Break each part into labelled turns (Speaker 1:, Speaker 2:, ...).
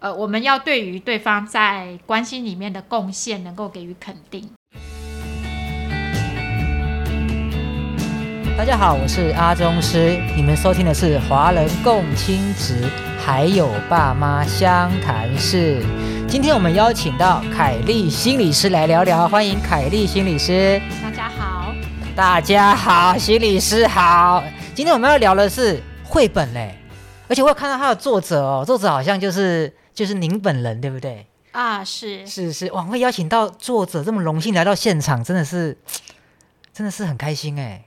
Speaker 1: 呃，我们要对于对方在关系里面的贡献能够给予肯定。
Speaker 2: 大家好，我是阿宗师，你们收听的是华人共亲职，还有爸妈相谈室。今天我们邀请到凯丽心理师来聊聊，欢迎凯丽心理师。
Speaker 1: 大家好，
Speaker 2: 大家好，心理师好。今天我们要聊的是绘本嘞，而且我有看到它的作者哦，作者好像就是就是您本人，对不对？
Speaker 1: 啊，是
Speaker 2: 是是，哇，会邀请到作者这么荣幸来到现场，真的是真的是很开心哎。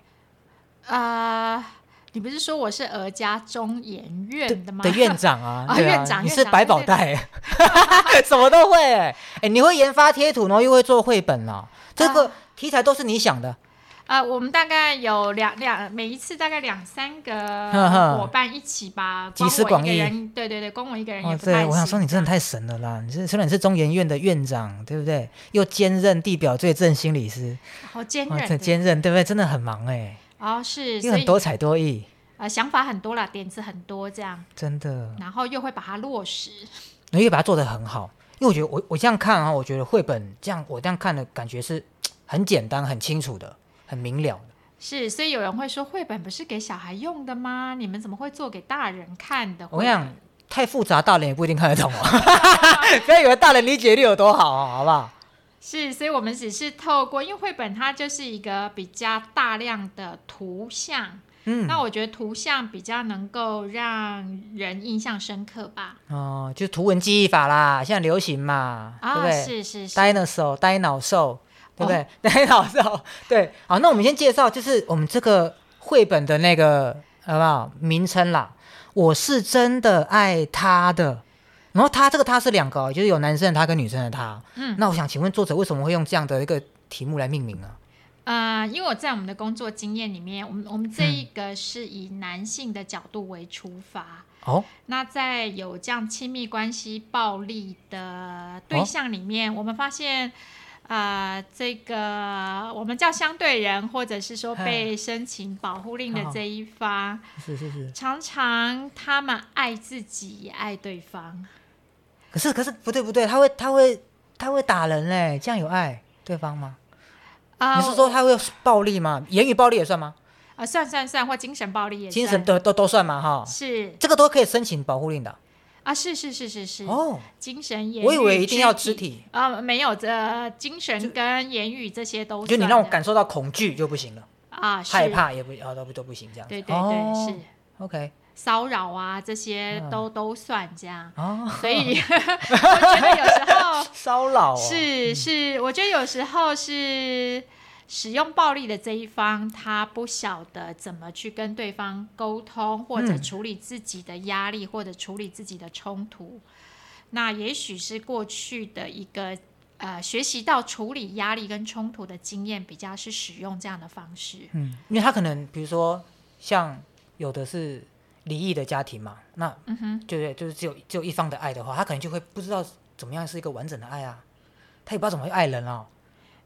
Speaker 1: 啊、呃你不是说我是儿家中研院的吗？
Speaker 2: 的 院长啊，
Speaker 1: 啊
Speaker 2: 对
Speaker 1: 院长
Speaker 2: 你
Speaker 1: 院
Speaker 2: 是
Speaker 1: 长
Speaker 2: 百
Speaker 1: 对
Speaker 2: 宝
Speaker 1: 对
Speaker 2: 袋， 什么都会、欸。哎、你会研发贴图，然后又会做绘本了、这个
Speaker 1: 啊
Speaker 2: 题材都是你想的，
Speaker 1: 啊、我们大概有两两，每一次大概两三个
Speaker 2: 呵呵
Speaker 1: 伙伴一起吧，
Speaker 2: 集思
Speaker 1: 光
Speaker 2: 广
Speaker 1: 我
Speaker 2: 益
Speaker 1: 一个人，对对对，光我一个人也
Speaker 2: 哦，
Speaker 1: 不太行、
Speaker 2: 对，我想说你
Speaker 1: 啊
Speaker 2: 真的太神了啦！你是虽然你是中研院的院长，对不对？又兼任地表罪证心理师，
Speaker 1: 好坚
Speaker 2: 哇，
Speaker 1: 韧
Speaker 2: 这
Speaker 1: 的，
Speaker 2: 兼任哦对不对？真的很忙哎、
Speaker 1: 哦是，
Speaker 2: 又
Speaker 1: 所
Speaker 2: 很
Speaker 1: 以
Speaker 2: 多才多艺，
Speaker 1: 呃想法很多啦，点子很多这样，
Speaker 2: 真的，
Speaker 1: 然后又会把它落实。
Speaker 2: 然后又把它做得很好。因为我觉得我我这样看啊，我觉得绘本这样我这样看的感觉是很简单、很清楚的、很明了的。
Speaker 1: 是，所以有人会说，绘本不是给小孩用的吗？你们怎么会做给大人看的？
Speaker 2: 我跟你讲，太复杂，大人也不一定看得懂哦。 不要以为大人理解力有多好哦，好不好？
Speaker 1: 是，所以我们只是透过，因为绘本它就是一个比较大量的图像，
Speaker 2: 嗯，
Speaker 1: 那我觉得图像比较能够让人印象深刻吧。
Speaker 2: 哦，就是图文记忆法啦，现在流行嘛，对不
Speaker 1: 啊，
Speaker 2: 对
Speaker 1: 是是是，哦
Speaker 2: ？dinosaur，呆脑兽，对 不对？呆脑兽，对。好，那我们先介绍，就是我们这个绘本的那个好不好名称啦。我是真的爱他的，然后他这个他是两个哦，就是有男生的他跟女生的他。哦
Speaker 1: 嗯，
Speaker 2: 那我想请问作者为什么会用这样的一个题目来命名啊？
Speaker 1: 呃，因为我在我们的工作经验里面，我们我们这
Speaker 2: 嗯
Speaker 1: 一个是以男性的角度为出发。
Speaker 2: 哦，
Speaker 1: 那在有这样亲密关系暴力的对象里面，我们发现，呃，这个我们叫相对人，或者是说
Speaker 2: 嘿
Speaker 1: 被申请保护令的
Speaker 2: 好
Speaker 1: 这一方，
Speaker 2: 是是是。
Speaker 1: 常常他们爱自己也爱对方。
Speaker 2: 可是可是不对不对，他会他会他会打人嘞，这样有爱对方吗？
Speaker 1: 啊、
Speaker 2: 你是说他会暴力吗？言语暴力也算吗？
Speaker 1: 啊，算算算，或精神暴力也
Speaker 2: 精
Speaker 1: 算
Speaker 2: 神都都都算吗？哈，
Speaker 1: 是
Speaker 2: 这个都可以申请保护令的
Speaker 1: 啊，是是是是是，
Speaker 2: 哦。
Speaker 1: 精神言语，
Speaker 2: 我以为一定要肢体，
Speaker 1: 啊，没有，这、精神跟言语这些都
Speaker 2: 就你
Speaker 1: 算
Speaker 2: 让我
Speaker 1: 的
Speaker 2: 感受到恐惧就不行了，
Speaker 1: 啊
Speaker 2: 害，
Speaker 1: 是
Speaker 2: 怕也不啊都不都不行这样子。
Speaker 1: 对对对，
Speaker 2: 哦
Speaker 1: 是
Speaker 2: OK
Speaker 1: 骚扰啊，这些
Speaker 2: 嗯
Speaker 1: 都、都算这 样。
Speaker 2: 哦，
Speaker 1: 所以 我觉得有时候
Speaker 2: 骚扰哦
Speaker 1: 是是，我觉得有时候是使用暴力的这一方，他不晓得怎么去跟对方沟通，或者
Speaker 2: 嗯
Speaker 1: 处理自己的压力，或者处理自己的冲突。那也许是过去的一个呃，学习到处理压力跟冲突的经验，比较是使用这样的方式。
Speaker 2: 嗯，因为他可能比如说像有的是离异的家庭嘛，那
Speaker 1: 嗯哼。
Speaker 2: 对对，就是只有只有一方的爱的话，他可能就会不知道怎么样是一个完整的爱啊，他也不知道怎么会爱人哦，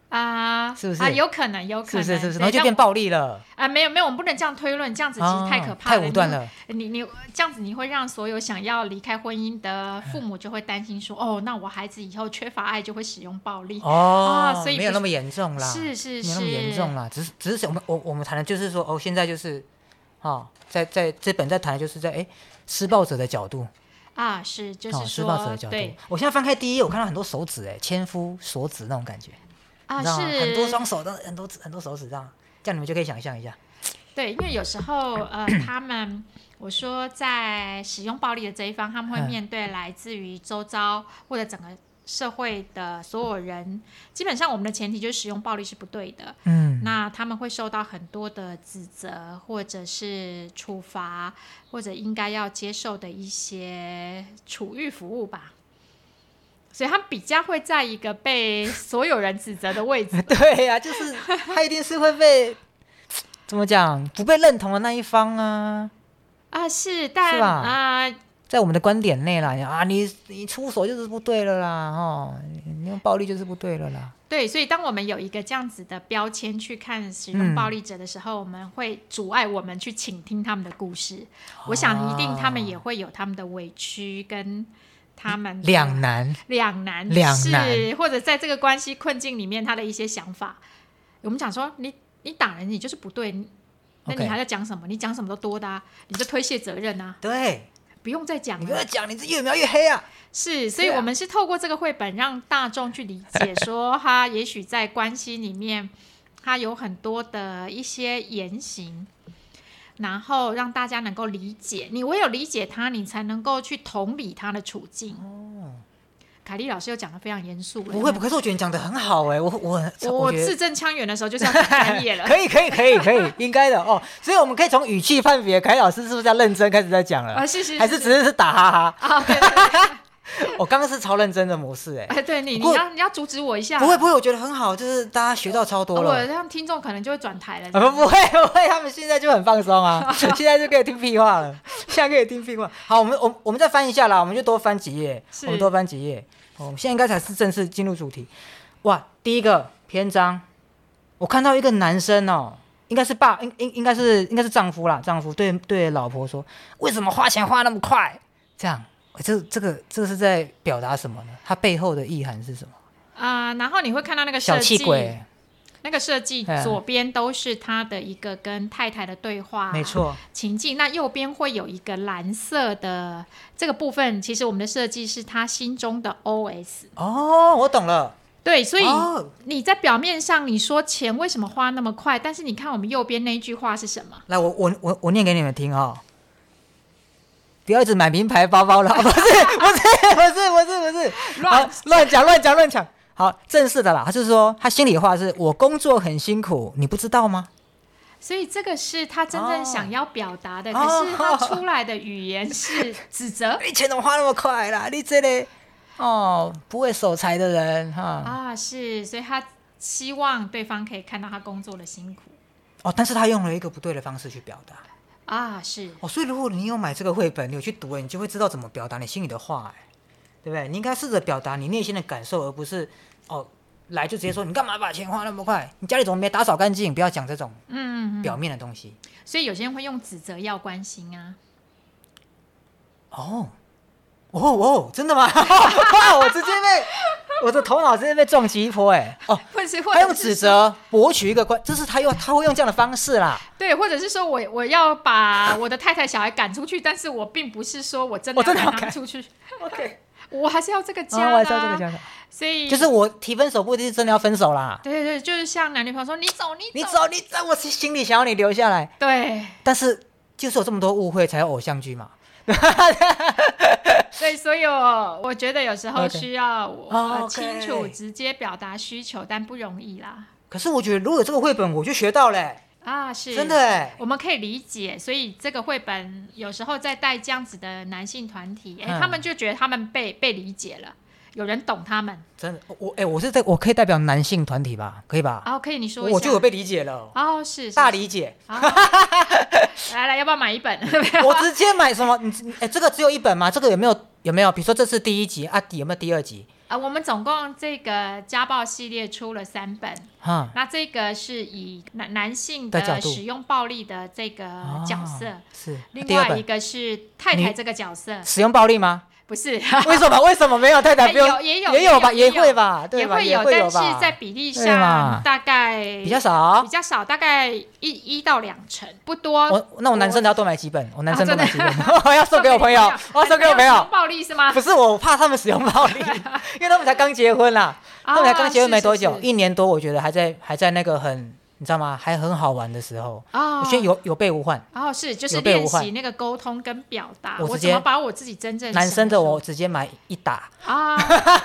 Speaker 1: 啊，
Speaker 2: 是不是
Speaker 1: 啊，有可能，有可
Speaker 2: 是
Speaker 1: 能，
Speaker 2: 不是？是不
Speaker 1: 对
Speaker 2: 是？然后就
Speaker 1: 但
Speaker 2: 变暴力了，
Speaker 1: 啊，没有没有，我们不能这样推论，这样子其实太
Speaker 2: 啊
Speaker 1: 可怕了，
Speaker 2: 太武断了。
Speaker 1: 你。你你这样子，你会让所有想要离开婚姻的父母就会担心说，哦，那我孩子以后缺乏爱就会使用暴力。
Speaker 2: 哦，
Speaker 1: 啊所以就
Speaker 2: 没有那
Speaker 1: 是
Speaker 2: 么严重啦，
Speaker 1: 是是
Speaker 2: 没有
Speaker 1: 是，
Speaker 2: 那么严重啦，只是只是我们我我们谈的就是说，哦，现在就是，哦，在在这本在谈的就是在哎施暴者的角度，
Speaker 1: 啊，是就
Speaker 2: 哦，
Speaker 1: 是
Speaker 2: 施
Speaker 1: 说，
Speaker 2: 暴者的角度
Speaker 1: 对。
Speaker 2: 我现在翻开第一页，我看到很多手指，哎，千夫所指那种感觉，
Speaker 1: 啊，
Speaker 2: 你知道吗？
Speaker 1: 是
Speaker 2: 很多双手，都很多指很多手指这样，这样你们就可以想象一下，
Speaker 1: 对，因为有时候呃，他们我说在使用暴力的这一方，他们会
Speaker 2: 嗯
Speaker 1: 面对来自于周遭或者整个社会的所有人。基本上，我们的前提就是使用暴力是不对的。
Speaker 2: 嗯，
Speaker 1: 那他们会受到很多的指责，或者是处罚，或者应该要接受的一些处遇服务吧。所以他们比较会在一个被所有人指责的位 置
Speaker 2: 对呀、就是他一定是会被怎么讲不被认同的那一方啊，
Speaker 1: 啊，是，但
Speaker 2: 是吧
Speaker 1: 啊、
Speaker 2: 在我们的观点内啦，啊，你你出手就是不对了啦，哦，你用暴力就是不对了啦，
Speaker 1: 对，所以当我们有一个这样子的标签去看使用
Speaker 2: 嗯
Speaker 1: 暴力者的时候，我们会阻碍我们去倾听他们的故事。我想一定他们也会有他们的委屈跟他们的
Speaker 2: 两难，
Speaker 1: 两难
Speaker 2: 两
Speaker 1: 是
Speaker 2: 难
Speaker 1: 或者在这个关系困境里面他的一些想法。我们讲说，你你打人，你就是不对，你那
Speaker 2: OK
Speaker 1: 你还在讲什么？你讲什么都多的、啊，你就推卸责任啊，
Speaker 2: 对
Speaker 1: 不用再讲
Speaker 2: 你不要
Speaker 1: 了。
Speaker 2: 讲，你这越描越黑啊。
Speaker 1: 是，所以
Speaker 2: 对啊
Speaker 1: 我们是透过这个绘本让大众去理解说，他也许在关系里面，他有很多的一些言行。然后让大家能够理解，你唯有理解他，你才能够去同理他的处境。凯莉老师又讲的非常严肃了，
Speaker 2: 哦不会，不会，可是我觉得你讲的很好哎、我我
Speaker 1: 我我
Speaker 2: 觉得
Speaker 1: 字正腔圆的时候就是要讲专业了。
Speaker 2: 可以可以可以可以，应该的哦。所以我们可以从语气判别凯老师是不是在认真开始在讲了，
Speaker 1: 啊，是是
Speaker 2: 还是只是是打哈哈？
Speaker 1: 啊，对对对，
Speaker 2: 我刚刚是超认真的模式哎、
Speaker 1: 哎，对你
Speaker 2: 不
Speaker 1: 你
Speaker 2: 过
Speaker 1: 要你要阻止我一下，
Speaker 2: 不会不会，我觉得很好，就是大家学到超多
Speaker 1: 哦我
Speaker 2: 了。
Speaker 1: 让听众可能就会转台了。
Speaker 2: 啊不不会不会，他们现在就很放松 啊，现在就可以听屁话了，现在可以听屁话。好，我们我们我们再翻一下啦，我们就多翻几页，
Speaker 1: 是
Speaker 2: 我们多翻几页。哦，我们现在应该才是正式进入主题。哇，第一个篇章，我看到一个男生哦，应该是爸，应应应该是应该是丈夫啦，丈夫对对老婆说，为什么花钱花那么快？这样，这这个这个是在表达什么呢？它背后的意涵是什么？
Speaker 1: 啊、然后你会看到那个
Speaker 2: 小
Speaker 1: 设
Speaker 2: 气
Speaker 1: 计，
Speaker 2: 鬼，
Speaker 1: 那个设计
Speaker 2: 嗯
Speaker 1: 左边都是他的一个跟太太的对话，
Speaker 2: 没错，
Speaker 1: 情境。那右边会有一个蓝色的这个部分，其实我们的设计是他心中的 OS。
Speaker 2: 哦，我懂了，
Speaker 1: 对，所以
Speaker 2: 哦
Speaker 1: 你在表面上你说钱为什么花那么快，但是你看我们右边那一句话是什么？
Speaker 2: 来，我我我我念给你们听哦。不要一直买名牌包包了， 不是不是不是不是不是，
Speaker 1: 乱
Speaker 2: 好乱讲乱讲乱讲。好，正式的啦，他是说他心里话是我工作很辛苦，你不知道吗？
Speaker 1: 所以这个是他真正想要表达的，
Speaker 2: 哦
Speaker 1: 可是他出来的语言是指责
Speaker 2: 你钱怎么花那么快啦？你这类哦不会守财的人哈、
Speaker 1: 啊，是，所以他希望对方可以看到他工作的辛苦
Speaker 2: 哦，但是他用了一个不对的方式去表达
Speaker 1: 啊，是
Speaker 2: 哦，所以如果你有买这个绘本，你有去读了，你就会知道怎么表达你心里的话、哎，对不对？你应该试着表达你内心的感受，而不是哦来就直接说你干嘛把钱花那么快？你家里怎么没打扫干净？不要讲这种
Speaker 1: 嗯，嗯嗯
Speaker 2: 表面的东西、
Speaker 1: 所以有些人会用指责要关心啊，
Speaker 2: 哦。哦哦，真的吗？ 哇，我直接被我的头脑直接被撞击一波哎、哦，
Speaker 1: 或者是 或
Speaker 2: 他用
Speaker 1: 者是
Speaker 2: 指责博取一个关，这是他用他会用这样的方式啦。
Speaker 1: 对，或者是说我我要把我的太太小孩赶出去，但是我并不是说我真的
Speaker 2: 我真的
Speaker 1: 要
Speaker 2: 要
Speaker 1: 赶他
Speaker 2: 赶
Speaker 1: 们出去，
Speaker 2: OK，
Speaker 1: 我还是要这个
Speaker 2: 啊，
Speaker 1: 家、
Speaker 2: 我还知道这个家长，
Speaker 1: 所以
Speaker 2: 就是我提分手不一定是真的要分手啦。
Speaker 1: 对对对，就是像男女朋友说你走你走，
Speaker 2: 你走，你走，我心里想要你留下来，
Speaker 1: 对。
Speaker 2: 但是就是有这么多误会，才有偶像剧嘛。
Speaker 1: 对，所以我我觉得有时候
Speaker 2: OK
Speaker 1: 需要我、
Speaker 2: 哦
Speaker 1: 呃
Speaker 2: OK
Speaker 1: 清楚、直接表达需求，但不容易啦。
Speaker 2: 可是我觉得，如果有这个绘本，我就学到嘞、欸
Speaker 1: 啊，是
Speaker 2: 真的，哎、
Speaker 1: 我们可以理解。所以这个绘本有时候在带这样子的男性团体，哎、
Speaker 2: 嗯
Speaker 1: 他们就觉得他们被被理解了，有人懂他们。
Speaker 2: 真的，我哎、我是在，我可以代表男性团体吧？可以吧？
Speaker 1: 哦，可以你说一下，
Speaker 2: 我就有被理解了，
Speaker 1: 哦，是是
Speaker 2: 大
Speaker 1: 是
Speaker 2: 理解。
Speaker 1: 来来，要不要买一本？
Speaker 2: 我直接买什么？你 你哎、这个只有一本吗？这个有没有有没有？比如说这是第一集啊，有没有第二集？
Speaker 1: 啊，我们总共这个家暴系列出了三本，
Speaker 2: 哈、
Speaker 1: 那这个是以男男性
Speaker 2: 的角
Speaker 1: 的
Speaker 2: 度
Speaker 1: 使用暴力的这个角色。
Speaker 2: 哦是
Speaker 1: 另
Speaker 2: 第二
Speaker 1: 外一
Speaker 2: 本
Speaker 1: 个是太太
Speaker 2: 你
Speaker 1: 这个角色，
Speaker 2: 使用暴力吗？
Speaker 1: 不是
Speaker 2: 为什么？为什么没有太太
Speaker 1: 哎
Speaker 2: 不 用？
Speaker 1: 有也有
Speaker 2: 也
Speaker 1: 也有
Speaker 2: 吧，
Speaker 1: 也
Speaker 2: 也
Speaker 1: 有
Speaker 2: 会吧， 对
Speaker 1: 也
Speaker 2: 吧？
Speaker 1: 会有，
Speaker 2: 会
Speaker 1: 但
Speaker 2: 有吧，
Speaker 1: 是在比例
Speaker 2: 对
Speaker 1: 上
Speaker 2: 嘛
Speaker 1: 大概
Speaker 2: 比较少
Speaker 1: 比。较少，大概一一到两成，不多。
Speaker 2: 我那我男生的要多买几本，我
Speaker 1: 啊
Speaker 2: 男生多买几本， 我要送
Speaker 1: 送
Speaker 2: 给我
Speaker 1: 你
Speaker 2: 朋友，我要送给我
Speaker 1: 没有
Speaker 2: 朋
Speaker 1: 使
Speaker 2: 友
Speaker 1: 用。暴力是吗？
Speaker 2: 不是我怕他们使用暴 力，因为他们才刚结婚啦，他们才刚结婚没多久，
Speaker 1: 啊是是是
Speaker 2: 一年多，我觉得还在还在那个很你知道吗？还很好玩的时候，
Speaker 1: 啊，
Speaker 2: 我觉得有有备无患。
Speaker 1: 哦，是就是
Speaker 2: 有备
Speaker 1: 练
Speaker 2: 无患
Speaker 1: 习那个沟通跟表达，
Speaker 2: 我
Speaker 1: 我
Speaker 2: 直
Speaker 1: 怎么
Speaker 2: 接
Speaker 1: 把我自己真正
Speaker 2: 男生的
Speaker 1: 想说
Speaker 2: 我直接买一打，
Speaker 1: 啊，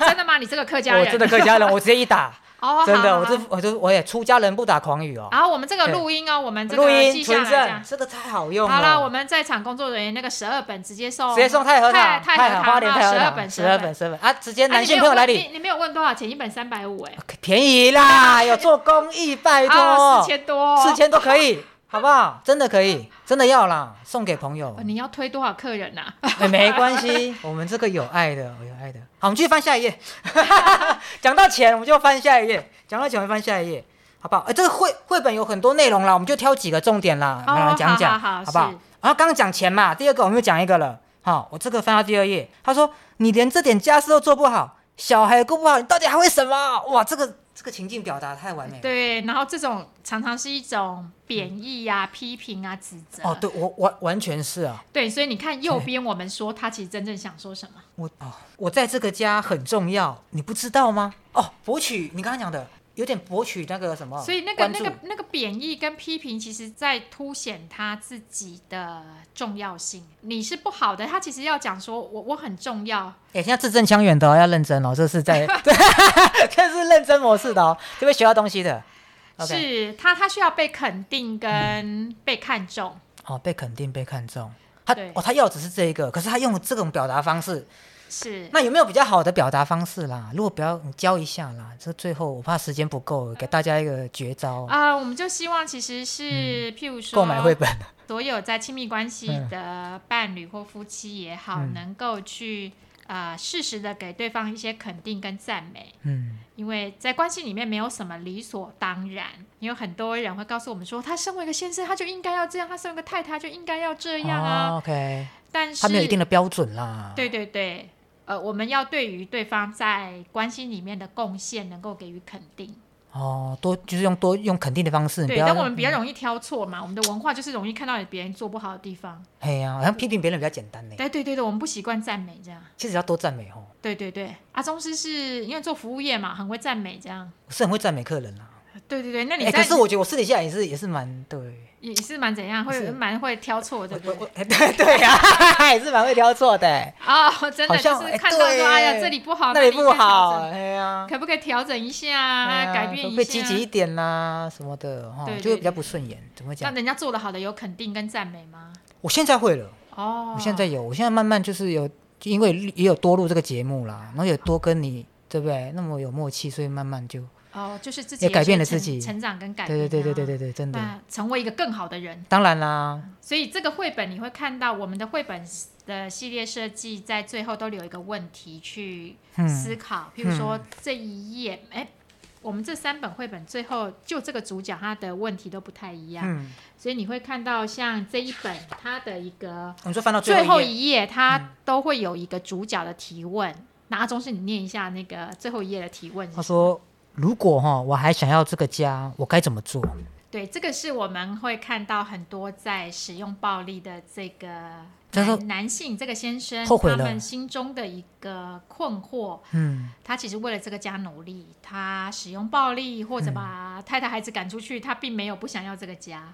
Speaker 1: 真的吗？你这个客家人，
Speaker 2: 我真的客家人，我直接一打，
Speaker 1: 哦，
Speaker 2: 真的，
Speaker 1: 好
Speaker 2: 我这。
Speaker 1: 好好
Speaker 2: 我这我也出家人不打诳语哦。
Speaker 1: 然后我们这个录音哦，我们这
Speaker 2: 录
Speaker 1: 个
Speaker 2: 音
Speaker 1: 记下
Speaker 2: 存
Speaker 1: 来这
Speaker 2: 证
Speaker 1: 样。
Speaker 2: 这个太好用
Speaker 1: 好了，我
Speaker 2: 了，
Speaker 1: 们在场工作人员那个十二本直接送，
Speaker 2: 直接送太和
Speaker 1: 太
Speaker 2: 堂，
Speaker 1: 太和
Speaker 2: 和花莲
Speaker 1: 堂
Speaker 2: 太和
Speaker 1: 十二
Speaker 2: 堂
Speaker 1: 本
Speaker 2: 十二本。十二本啊，直接
Speaker 1: 啊
Speaker 2: 男
Speaker 1: 你
Speaker 2: 性
Speaker 1: 没
Speaker 2: 朋
Speaker 1: 有
Speaker 2: 友来
Speaker 1: 问
Speaker 2: 领
Speaker 1: 你。你没有问多少钱？一本三百五哎，
Speaker 2: 便宜 啦，有做公益，拜
Speaker 1: 啊，
Speaker 2: 托，
Speaker 1: 四千多，
Speaker 2: 四千都可以，好不好？真的可以，真的要啦，送给朋友
Speaker 1: 哦，，你要推多少客人啊 呐？
Speaker 2: 哎没关系， 我们这个有爱的，有爱的。好，我们继续翻下一页。 讲到钱，我们就翻下一页；讲到钱，我们翻下一页，好不好？哎，这个绘绘本有很多内容啦，我们就挑几个重点啦，
Speaker 1: 哦
Speaker 2: 来讲
Speaker 1: 好
Speaker 2: 讲，
Speaker 1: 好好
Speaker 2: 不好
Speaker 1: 是？
Speaker 2: 然后刚刚讲钱嘛，第二个我们又讲一个了，好、我这个翻到第二页，他说你连这点家事都做不好，小孩也顾不好，你到底还会什么？哇，这个这个情境表达太完美了。
Speaker 1: 对，然后这种常常是一种贬义啊、批评啊、指责。
Speaker 2: 哦，对我完完全是啊，
Speaker 1: 对所以你看右边，我们说他其实真正想说什么。
Speaker 2: 我哦，我在这个家很重要，你不知道吗？哦，博取你刚刚讲的有点博取那个什么，
Speaker 1: 所以那个
Speaker 2: 哦关
Speaker 1: 那
Speaker 2: 注
Speaker 1: 个那个贬义跟批评，其实在凸显他自己的重要性。你是不好的，他其实要讲说我我很重要，
Speaker 2: 哎、现在字正腔圆的哦、要认真哦，这 是在对， 这是认真模式的哦，就会学到东西的。OK，
Speaker 1: 是他他需要被肯定跟被看重。
Speaker 2: 哦，被肯定被看中，他
Speaker 1: 对
Speaker 2: 哦他要的只是这一个，可是他用这种表达方式，
Speaker 1: 是，
Speaker 2: 那有没有比较好的表达方式啦？如果不要你教一下啦，这最后我怕时间不够，给大家一个绝招，
Speaker 1: 啊、我们就希望其实是，譬如说
Speaker 2: 嗯购买绘本。
Speaker 1: 所有在亲密关系的伴侣或夫妻也好，
Speaker 2: 嗯
Speaker 1: 能够去啊适时的给对方一些肯定跟赞美，
Speaker 2: 嗯，
Speaker 1: 因为在关系里面没有什么理所当然。因为很多人会告诉我们说，他身为一个先生，他就应该要这样；他身为一个太太，他就应该要这样啊。
Speaker 2: 哦、OK，
Speaker 1: 但是
Speaker 2: 他没有一定的标准啦。
Speaker 1: 对对对，呃，我们要对于对方在关系里面的贡献能够给予肯定。
Speaker 2: 哦，多就是用多用肯定的方式，你
Speaker 1: 嗯对，
Speaker 2: 不要
Speaker 1: 但我们比较容易挑错嘛，我们的文化就是容易看到别人做不好的地方。
Speaker 2: 哎呀，好像批评别人比较简单呢。
Speaker 1: 对对对对，我们不习惯赞美这样。
Speaker 2: 其实要多赞美哦，
Speaker 1: 对对对，阿宗师是因为做服务业嘛，很会赞美这样。
Speaker 2: 我是很会赞美客人啦。
Speaker 1: 对对对，那你
Speaker 2: 哎，
Speaker 1: 在、
Speaker 2: 可是我觉得我私底下也是也是蛮对。
Speaker 1: 也是蛮怎样，会
Speaker 2: 是
Speaker 1: 蛮会挑错，对
Speaker 2: 我
Speaker 1: 不
Speaker 2: 我我
Speaker 1: 对？
Speaker 2: 对对啊 呀，也是蛮会挑错的。
Speaker 1: 哦， 真
Speaker 2: 好
Speaker 1: 的就
Speaker 2: 像
Speaker 1: 是
Speaker 2: 哎
Speaker 1: 看到
Speaker 2: 对
Speaker 1: 说，哎呀，这里不好，
Speaker 2: 那里
Speaker 1: 里
Speaker 2: 不
Speaker 1: 应该调
Speaker 2: 好，
Speaker 1: 整，
Speaker 2: 哎呀，
Speaker 1: 可不可以调整一下啊？
Speaker 2: 哎呀
Speaker 1: 改变一下，
Speaker 2: 会积极一点啦什么的哈
Speaker 1: 对，对
Speaker 2: 就会比较不顺眼。怎么
Speaker 1: 让
Speaker 2: 讲？
Speaker 1: 人家做的好的有肯定跟赞美吗？
Speaker 2: 我现在会了，
Speaker 1: 哦，
Speaker 2: 我现在有，我现在慢慢就是有，因为也有多录这个节目啦，然后也多跟你对不对？那么有默契，所以慢慢就
Speaker 1: 哦，就是自己
Speaker 2: 也
Speaker 1: 有
Speaker 2: 改变
Speaker 1: 些
Speaker 2: 了自
Speaker 1: 成
Speaker 2: 己
Speaker 1: 成长跟改变，啊
Speaker 2: 对对对对对嗯对。对，真的。
Speaker 1: 那成为一个更好的人，
Speaker 2: 当然啦，
Speaker 1: 所以这个绘本你会看到我们的绘本的系列设计在最后都留一个问题去
Speaker 2: 嗯，
Speaker 1: 思考，譬如说这一页，哎、我们这三本绘本最后就这个主角他的问题都不太一样，
Speaker 2: 嗯，
Speaker 1: 所以你会看到像这一本它的一个
Speaker 2: 你说翻到
Speaker 1: 最
Speaker 2: 最
Speaker 1: 后
Speaker 2: 后一页，
Speaker 1: 一页，
Speaker 2: 嗯
Speaker 1: 它都会有一个主角的提问。那阿忠是你念一下那个最后一页的提问是什
Speaker 2: 他
Speaker 1: 么。
Speaker 2: 说：“如果哈我还想要这个家，我该怎么做
Speaker 1: 对，这个是我们会看到很多在使用暴力的这个
Speaker 2: 他说
Speaker 1: 男男性这个先生
Speaker 2: 后悔
Speaker 1: 他
Speaker 2: 了
Speaker 1: 们心中的一个困惑，？”
Speaker 2: 嗯，
Speaker 1: 他其实为了这个家努力，他使用暴力或
Speaker 2: 嗯
Speaker 1: 者把太太孩子赶出去，他并没有不想要这个 家。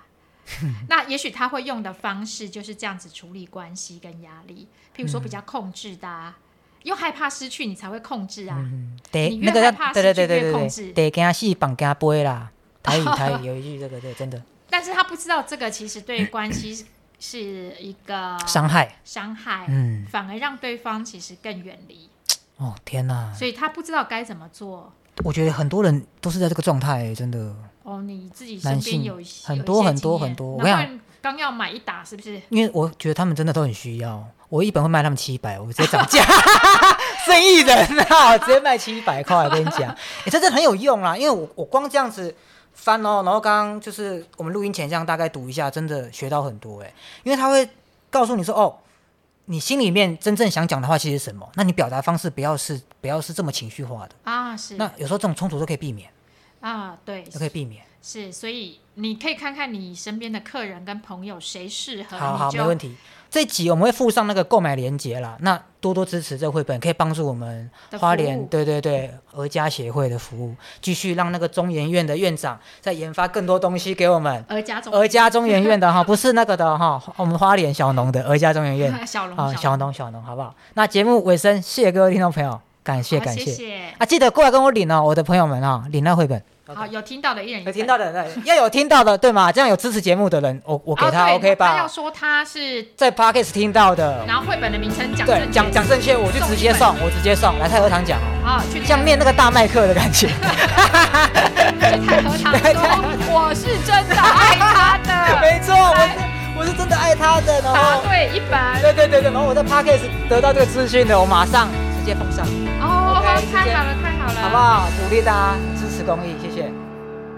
Speaker 1: 那也许他会用的方式就是这样子处理关系跟压力，譬如说
Speaker 2: 嗯
Speaker 1: 比较控制的、啊，因为害怕失去你才会控制啊。
Speaker 2: 嗯，得
Speaker 1: 你越
Speaker 2: 那个
Speaker 1: 害
Speaker 2: 要
Speaker 1: 怕
Speaker 2: 对对对
Speaker 1: 失去越
Speaker 2: 对
Speaker 1: 控
Speaker 2: 对
Speaker 1: 制
Speaker 2: 对，得跟他戏绑跟他 背啦。台语台语有一句这个对，真的
Speaker 1: 但是他不知道这个其实对关系是一个
Speaker 2: 伤害。
Speaker 1: 伤害，
Speaker 2: 嗯，
Speaker 1: 反而让对方其实更远离，
Speaker 2: 哦天哪，
Speaker 1: 所以他不知道该怎么做。
Speaker 2: 我觉得很多人都是在这个状态，真的。
Speaker 1: 哦，你自己身
Speaker 2: 男
Speaker 1: 边
Speaker 2: 性
Speaker 1: 有一些
Speaker 2: 很
Speaker 1: 有
Speaker 2: 多
Speaker 1: 一些
Speaker 2: 很多
Speaker 1: 经验
Speaker 2: 很多我跟你
Speaker 1: 难怪刚要买一打是不是？
Speaker 2: 因为我觉得他们真的都很需要，我一本会卖他们七百，我直接涨价， 生意人啊，我直接卖七百块，我跟你讲，欸、这真的很有用啦，因为我我光这样子翻哦，然后刚刚就是我们录音前这样大概读一下，真的学到很多哎、因为他会告诉你说哦。你心里面真正想讲的话其实是什么？那你表达方式不要是不要是这么情绪化的。
Speaker 1: 啊，是
Speaker 2: 那有时候这种冲突都可以避免，
Speaker 1: 啊，对，
Speaker 2: 都可以避免。
Speaker 1: 是，所以你可以看看你身边的客人跟朋友谁适合，
Speaker 2: 好好，
Speaker 1: 你
Speaker 2: 没
Speaker 1: 就
Speaker 2: 问题。这集我们会附上那个购买链接啦，那多多支持这绘本，可以帮助我们
Speaker 1: 的
Speaker 2: 花
Speaker 1: 服
Speaker 2: 莲
Speaker 1: 务
Speaker 2: 对对对儿家协会的服务，继续让那个中研院的院长再研发更多东西给我们
Speaker 1: 而家总
Speaker 2: 儿家中研院的哈，不是那个的哈，我们花莲小农的儿家中研院
Speaker 1: 小龙
Speaker 2: 啊，
Speaker 1: 小
Speaker 2: 小农小农好不好？那节目尾声，谢谢各位听众朋友，感谢
Speaker 1: 好
Speaker 2: 感
Speaker 1: 谢
Speaker 2: 谢
Speaker 1: 谢。
Speaker 2: 啊，记得过来跟我领哦，我的朋友们啊，领那绘本。
Speaker 1: 好，有听到的一人一
Speaker 2: 有
Speaker 1: 本
Speaker 2: 听到的人，要有听到的，对吗？这样有支持节目的人，我我给
Speaker 1: 哦
Speaker 2: 他
Speaker 1: 对
Speaker 2: OK
Speaker 1: 他要
Speaker 2: 吧？
Speaker 1: 说他是，
Speaker 2: 在 Podcast 听到的，
Speaker 1: 然后绘本的名称讲
Speaker 2: 对，
Speaker 1: 正
Speaker 2: 讲
Speaker 1: 确
Speaker 2: 讲正确，我就直接送，我直接送来太和堂讲哦，
Speaker 1: 啊，去
Speaker 2: 像念那个大麦克的感觉。
Speaker 1: 去太和 堂
Speaker 2: 对
Speaker 1: 说哦我是真的爱他 的，
Speaker 2: 没错，我是我是真的爱他的，然
Speaker 1: 答
Speaker 2: 后
Speaker 1: 对一本
Speaker 2: 对对对对，然后我在 podcast 得到这个资讯的，我马上直接封上，
Speaker 1: 哦
Speaker 2: OK，，
Speaker 1: 太
Speaker 2: 谢谢
Speaker 1: 好了太好了，
Speaker 2: 好不好？鼓励大家支持公益，谢谢。